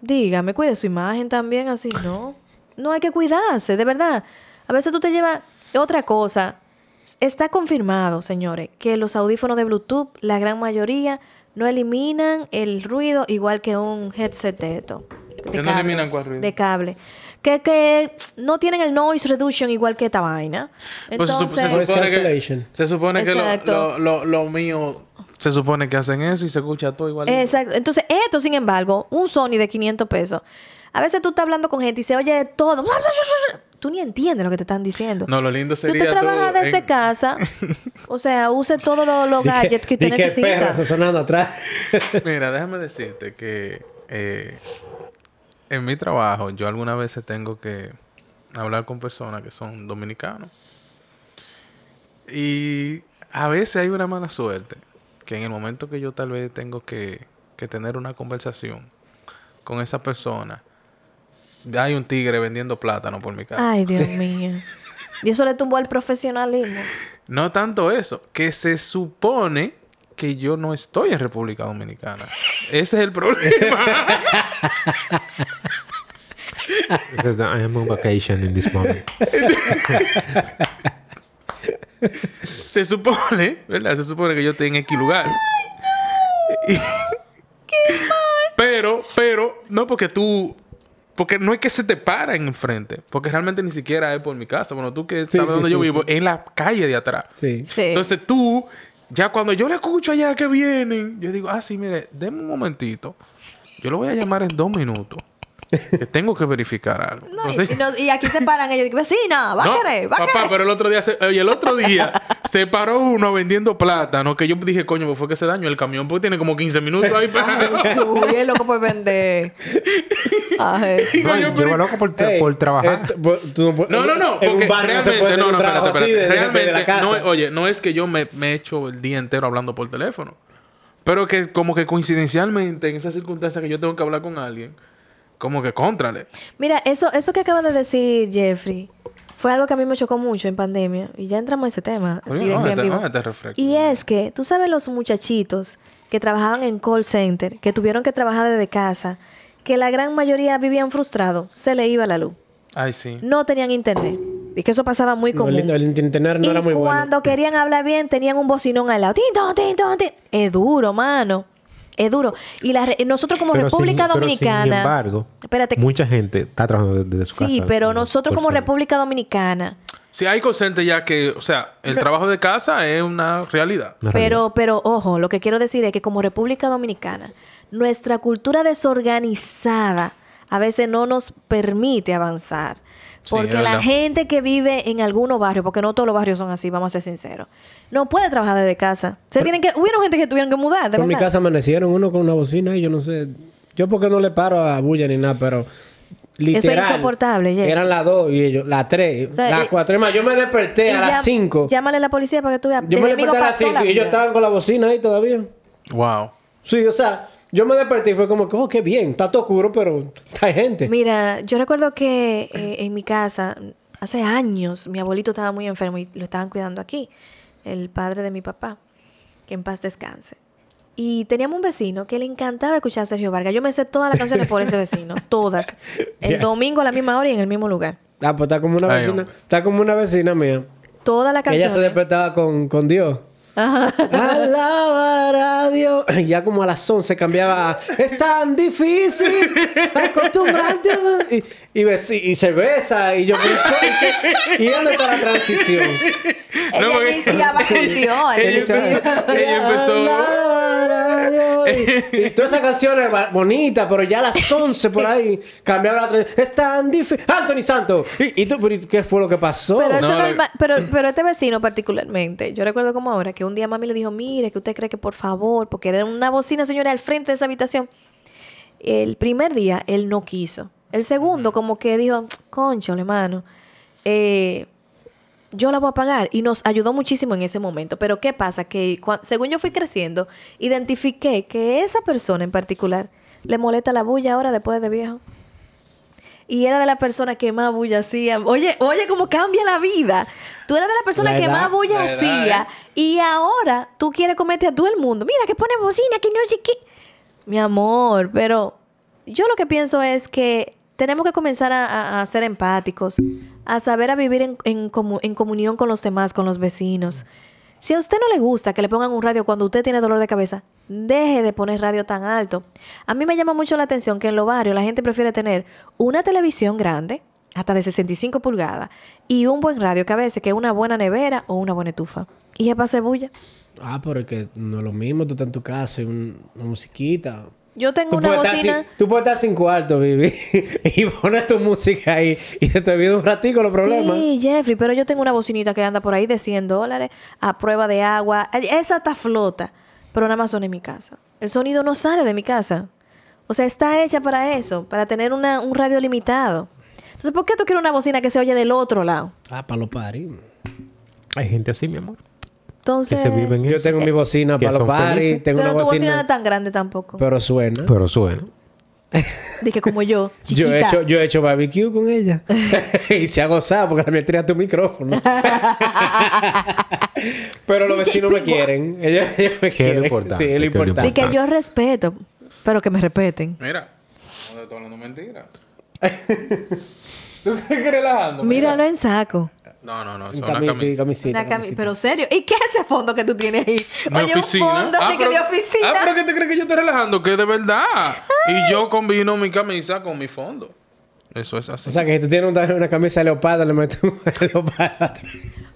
dígame, cuide su imagen también, así no. No hay que cuidarse, de verdad. A veces tú te llevas otra cosa. Está confirmado, señores, que los audífonos de Bluetooth, la gran mayoría, no eliminan el ruido igual que un headset de esto. Que De no cable, eliminan cuál ruido. De cable. Que, que no tienen el noise reduction igual que esta vaina. Pues se sup- Entonces, se, supone que, Cancellation. se supone que lo, lo, Exacto. lo- lo mío se supone que hacen eso y se escucha todo igual. Exacto. Entonces, esto, sin embargo, un Sony de 500 pesos. A veces tú estás hablando con gente y se oye todo. Tú ni entiendes lo que te están diciendo. No, lo lindo si sería. usted trabaja todo desde en- casa, o sea, use todos los los Di que- gadgets que usted di que el perro necesita. está sonando atrás. Mira, déjame decirte que eh, en mi trabajo yo algunas veces tengo que hablar con personas que son dominicanos. Y a veces hay una mala suerte que en el momento que yo tal vez tengo que, que tener una conversación con esa persona, hay un tigre vendiendo plátano por mi casa. Ay, Dios mío. Y eso le tumbó al profesionalismo. No tanto eso, que se supone que yo no estoy en República Dominicana. Ese es el problema. Because I am on vacation in this moment. Se supone, ¿verdad? Se supone que yo estoy en X lugar. Y- Pero, pero, no porque tú. Porque no es que se te para en enfrente. Porque realmente ni siquiera es por mi casa. Bueno, tú que sabes sí, donde yo sí, vivo, en la calle de atrás. Sí. Sí. Entonces tú, ya cuando yo le escucho allá que vienen, yo digo, ah, sí, mire, denme un momentito. Yo lo voy a llamar en dos minutos. Que tengo que verificar algo. No, y, Entonces- y no- y aquí se paran ellos. Digo, vecina, va no, a querer, va a papá, querer". pero el otro día, se, oye, el otro día se paró uno vendiendo plátano que yo dije, coño, pues fue que se dañó el camión, porque tiene como 15 minutos ahí parado. Ay, sube, el loco por vender. Ay. Digo No, yo, yo pero- iba loco por, tra- Ey, por trabajar. eh, tú- tú no, puedes- No, no, no, en porque un bar no se puede realmente, tener no, un no, espérate, trabajo así de- de- espérate. de la Realmente, casa. no, es- oye, no es que yo me, me echo el día entero hablando por teléfono, pero que como que coincidencialmente en esas circunstancias que yo tengo que hablar con alguien, como que contrale. Mira, eso, eso que acaba de decir Jeffrey fue algo que a mí me chocó mucho en pandemia. Y ya entramos a ese tema. Oye, directo no, y en este- vivo. no, este refresco. y es que, tú sabes los muchachitos que trabajaban en call center, que tuvieron que trabajar desde casa, que la gran mayoría vivían frustrados, se le iba la luz, Ay, sí. no tenían internet. Y que eso pasaba muy No, común. el, el internet no y era muy cuando bueno. querían hablar bien, tenían un bocinón al lado. Tin, ton, tin, ton, tin. Es duro, mano. Es duro. Y la re- nosotros como Pero sin- República pero Dominicana... sin embargo, espérate, mucha gente está trabajando desde su casa. Sí, pero ¿no? nosotros Por como ser- República Dominicana, Sí, hay conscientes ya que, o sea, el trabajo de casa es una realidad. una realidad. pero, pero ojo, lo que quiero decir es que como República Dominicana, nuestra cultura desorganizada a veces no nos permite avanzar. Sí, Porque es la verdad. gente que vive en algunos barrios, porque no todos los barrios son así, vamos a ser sinceros, no puede trabajar desde casa. Se tienen que, hubieron gente que tuvieron que mudar, de En mi verdad. casa amanecieron uno con una bocina y yo no sé. Yo porque no le paro a bulla ni nada, pero literal. insoportable, Jeff. Eran las dos y ellos, las tres, O sea, las y- cuatro. Es más, yo me desperté Y a ya- las cinco. Llámale a la policía para que tú veas. Yo me Desde Domingo desperté a las pasó la cinco y ellos vida. estaban con la bocina ahí todavía. Wow. Sí, o sea, yo me desperté y fue como que, oh, qué bien, está todo oscuro, pero hay gente. Mira, yo recuerdo que eh, en mi casa, hace años, mi abuelito estaba muy enfermo y lo estaban cuidando aquí, el padre de mi papá, que en paz descanse. Y teníamos un vecino que le encantaba escuchar a Sergio Vargas. Yo me sé todas las canciones por ese vecino, todas. El domingo a la misma hora y en el mismo lugar. Ah, pues está como una Ay, vecina. hombre. Está como una vecina mía. Toda la Que canción. ella se despertaba con, con Dios. Ajá. Alabar a Dios. Y Ya como a las 11 cambiaba. a, Es tan difícil acostumbrarte. a-". Y, y, besi- y cerveza. Y yo, pero, ¿y qué? ¿y dónde está la transición? No, Ella porque- ni siquiera va Sí. con Dios. Ella empezó- ella empezó- Alabar a Dios. Y, y todas esas canciones ba- bonitas, pero ya a las 11 por ahí cambiaba la transición. Es tan difícil. Anthony Santos. ¿Y, y tú, pero, ¿y qué fue lo que pasó? Pero, eso No, lo- normal- pero, pero este vecino particularmente, yo recuerdo como ahora que un día mami le dijo, mire, que usted cree que por favor, porque era una bocina, señora, al frente de esa habitación. El primer día él no quiso. El segundo como que dijo, concho, hermano, eh, yo la voy a pagar. Y nos ayudó muchísimo en ese momento. Pero ¿qué pasa? Que cua- según yo fui creciendo, identifiqué que esa persona en particular le molesta la bulla ahora después de viejo. Y era de la persona que más bulla hacía. Oye, oye, cómo cambia la vida. Tú eras de la persona La que edad, más bulla la edad, hacía. Y ahora tú quieres comerte a todo el mundo. Mira, que pone bocina, que no sé qué. Mi amor, pero yo lo que pienso es que tenemos que comenzar a, a- a ser empáticos, a saber a vivir en, en comu- en comunión con los demás, con los vecinos. Si a usted no le gusta que le pongan un radio cuando usted tiene dolor de cabeza, deje de poner radio tan alto. A mí me llama mucho la atención que en los barrios la gente prefiere tener una televisión grande, hasta de 65 pulgadas, y un buen radio que a veces que una buena nevera o una buena estufa. Y es para hacer bulla. Ah, pero es que no es lo mismo. Tú estás en tu casa y un- una musiquita. Yo tengo Tú una puedes, estar bocina... sin, tú puedes estar sin cuarto, Vivi, y pones tu música ahí y se te olvida un ratico los problemas. Sí, Jeffrey, pero yo tengo una bocinita que anda por ahí de 100 dólares a prueba de agua. Ay, Esa está flota, pero nada más son en mi casa. El sonido no sale de mi casa. O sea, está hecha para eso, para tener una- un radio limitado. Entonces, ¿por qué tú quieres una bocina que se oye del otro lado? Ah, para los paris. Hay gente así, mi amor. Que Entonces, se vive en Yo eso. tengo mi bocina Que para los son paris, felices. tengo pero una tu bocina no es bocina, tan grande tampoco. pero suena. Pero suena. Dije como yo, chiquita. Yo he, hecho, yo he hecho barbecue con ella. y se ha gozado porque también tenía tu micrófono. Pero los vecinos me quieren. Ellos, ellos me Que es lo quieren. importante, Sí, es lo que es lo importante. Dije que yo respeto, pero que me respeten. Mira, no te estoy hablando mentira. ¿Tú crees que relajando? Míralo en saco. No, no, no, son Cami- las sí, camisas. camisita, Una cami- camisita. pero serio, ¿y qué es ese fondo que tú tienes ahí? Mi Oye, un fondo Ah, así que pero- de oficina. Ah, pero ¿qué te crees que yo estoy relajando? Que de verdad. Y yo combino mi camisa con mi fondo. Eso es así. O sea, que si tú tienes una, una camisa de leopardo, le metes un leopardo.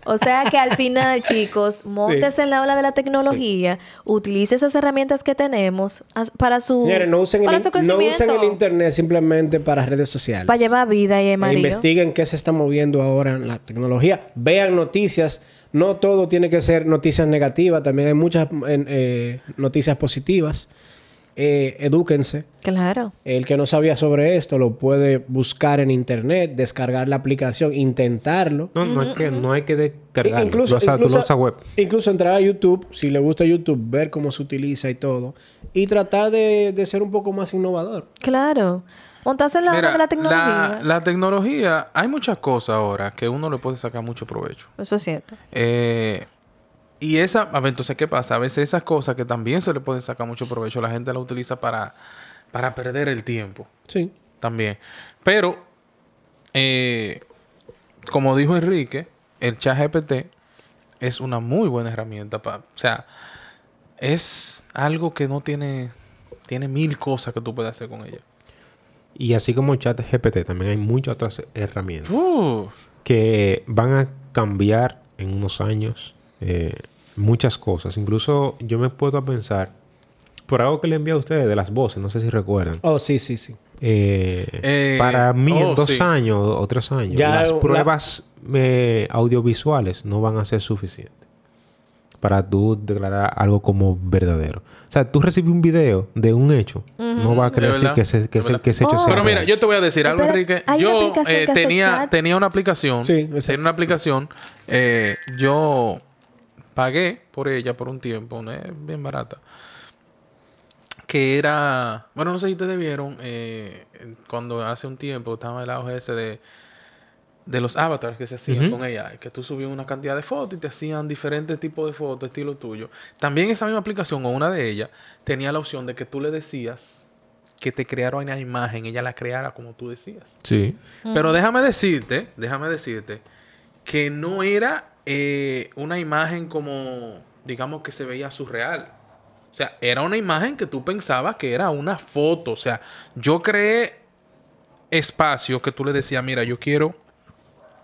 O sea que al final, chicos, montes en la ola de la tecnología, utilice esas herramientas que tenemos as- para su, Señores, no usen, Uh, para el, su in- no crecimiento, usen el internet simplemente para redes sociales. para llevar vida y E marido. investiguen qué se está moviendo ahora en la tecnología. Vean noticias. No todo tiene que ser noticias negativas. También hay muchas en- eh, noticias positivas. Eh, edúquense. Claro. El que no sabía sobre esto lo puede buscar en internet, descargar la aplicación, intentarlo. No, no, hay que, no hay que descargarlo. Incluso, Incluso, tú lo usas- tú lo incluso- usas web. incluso entrar a YouTube, si le gusta YouTube, ver cómo se utiliza y todo. Y tratar de, de ser un poco más innovador. Claro. Montarse en la ola Mira, de la tecnología. la- la tecnología, hay muchas cosas ahora que uno le puede sacar mucho provecho. Eso es cierto. Eh, y esa, a ver, entonces, ¿qué pasa? A veces esas cosas que también se le pueden sacar mucho provecho, la gente la utiliza para, para perder el tiempo Sí. también. Pero, eh, como dijo Enrique, el chat GPT es una muy buena herramienta. pa- o sea, es algo que no tiene, tiene mil cosas que tú puedes hacer con ella. Y así como chat GPT, también hay muchas otras herramientas Uf, que van a cambiar en unos años eh, muchas cosas. Incluso yo me puedo a pensar por algo que le envié a ustedes de las voces, no sé si recuerdan. Oh, sí, sí, sí. Eh, Eh, para mí, oh, en dos sí. años o tres años, Ya, las la- pruebas eh, audiovisuales no van a ser suficientes para tú declarar algo como verdadero. O sea, tú recibes un video de un hecho, no va a creer verdad, que ese, de que ese- verdad. que ese hecho Oh. sea Pero mira, real. yo te voy a decir algo, Espera, Enrique. hay una Yo aplicación eh, que hace tenía, chat. tenía una aplicación. Sí, exacto. tenía una aplicación. eh, yo pagué por ella por un tiempo, ¿no? Es bien barata. Que era. Bueno, no sé si ustedes vieron. eh, cuando hace un tiempo estaba el auge ese de. De los avatars que se hacían con ella, que tú subías una cantidad de fotos y te hacían diferentes tipos de fotos, estilo tuyo. También esa misma aplicación o una de ellas tenía la opción de que tú le decías que te crearon una imagen, ella la creara como tú decías. Sí. Pero déjame decirte, déjame decirte, que no era eh, una imagen como, digamos, que se veía surreal. O sea, era una imagen que tú pensabas que era una foto. O sea, yo creé espacios que tú le decías, mira, yo quiero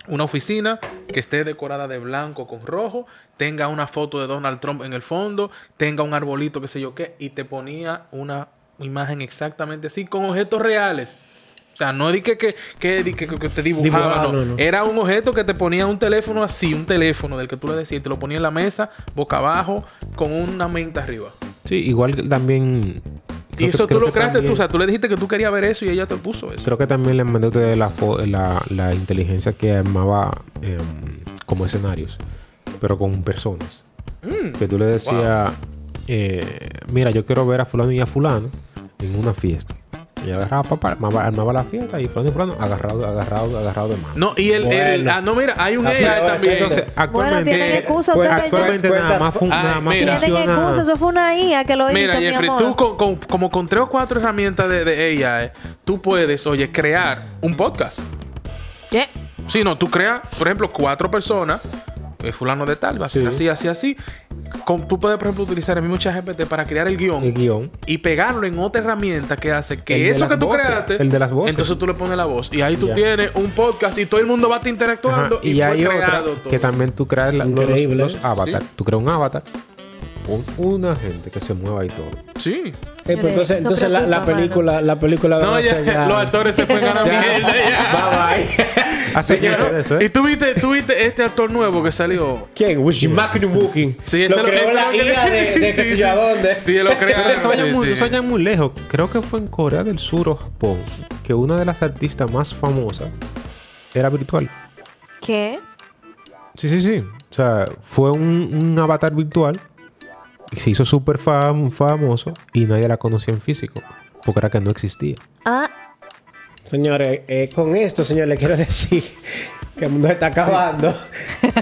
una oficina que esté decorada de blanco con rojo, tenga una foto de Donald Trump en el fondo, tenga un arbolito, qué sé yo qué, y te ponía una imagen exactamente así, con objetos reales. O sea, no di que, que, que, di que- que- que te dibujaba, Dibujaba, no. no, no. Era un objeto que te ponía un teléfono así, un teléfono del que tú le decías, y te lo ponía en la mesa, boca abajo, con una menta arriba. Sí, igual que también. Y creo que- eso tú creo lo que creaste tú, también- o sea, tú le dijiste que tú querías ver eso y ella te puso eso. Creo que también le mandé a ustedes la, fo- la, la inteligencia que armaba em, como escenarios, pero con personas. Mm. Que tú le decías, eh, mira, yo quiero ver a fulano y a fulano en una fiesta. Y agarraba papá, armaba, armaba la fiesta y fulano y fulano agarrado, agarrado, agarrado de mano. No, y el, el- Bueno. ah, no, mira, hay un Así AI ahora también. sí, Entonces, actualmente, tienen excusa, pues, usted que ya- actualmente nada más, fun- Ay, nada más ah, mira. Tiene que excusa, funciona. eso fue una IA que lo Mira, hizo, mi Jeffrey, amor. tú con- con- como con tres o cuatro herramientas de, de AI, tú puedes, oye, crear un podcast. ¿Qué? Si no, tú creas, por ejemplo, cuatro personas, eh, fulano de tal, va a ser Sí. así, así, así. Con- tú puedes, por ejemplo, utilizar el mismo ChatGPT para crear el guión. El guión. Y pegarlo en otra herramienta que hace El que de eso las que tú voces, creaste. el de las voces. Entonces tú le pones la voz. Y ahí tú Ya. tienes un podcast y todo el mundo va a estar interactuando. Ajá, Y, Y, fue hay otra creado todo. que también tú creas la- los, Increíble, los ¿eh? avatars. Tú creas un avatar con una gente que se mueva y todo. Sí. Eh, pues entonces, Eso entonces la, la preocupa, mano. película, la Ah, película No, va a ya, ser ya- los actores se fueron a la Ya. mierda. ya. Bye bye. Así que ¿eh? Claro. eso, Y tú viste, tú viste este actor nuevo que salió. ¿Quién? Wish Magnum Booking. Sí, ese lo lo- creó ese la lo cre- IA de, de qué Sí, sé sí. yo a dónde. Sí, lo crearon. Eso vaya, sí, muy, sí. eso vaya muy lejos. Creo que fue en Corea del Sur o Japón que una de las artistas más famosas era virtual. ¿Qué? Sí, sí, sí. O sea, fue un, un avatar virtual y se hizo súper fam- famoso y nadie la conocía en físico porque era que no existía. Ah, Señores, eh, con esto, señores, les quiero decir que el mundo se está acabando.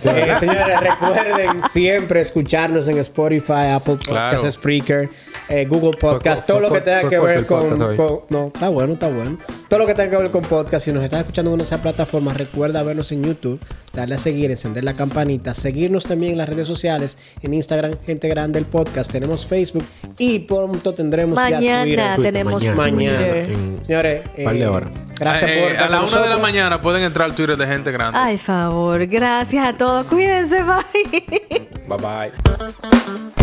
Eh, señores, recuerden siempre escucharnos en Spotify, Apple Podcasts, Claro. Spreaker, eh, Google Podcast, fue todo lo que cor- tenga fue que corto ver el con, podcast hoy. con- No, está bueno, está bueno. Todo lo que tenga que ver con podcast, si nos estás escuchando en una de esas plataformas, recuerda vernos en YouTube, darle a seguir, encender la campanita, seguirnos también en las redes sociales, en Instagram, Gente Grande el Podcast, tenemos Facebook y pronto tendremos ya Twitter. mañana tenemos mañana, mañana. Twitter. En- Señores, Par de horas. gracias Eh, por eh, estar a la con una de la nosotros. mañana pueden entrar al Twitter de gente grande. Ay, favor, gracias a todos. Cuídense, bye. Bye bye.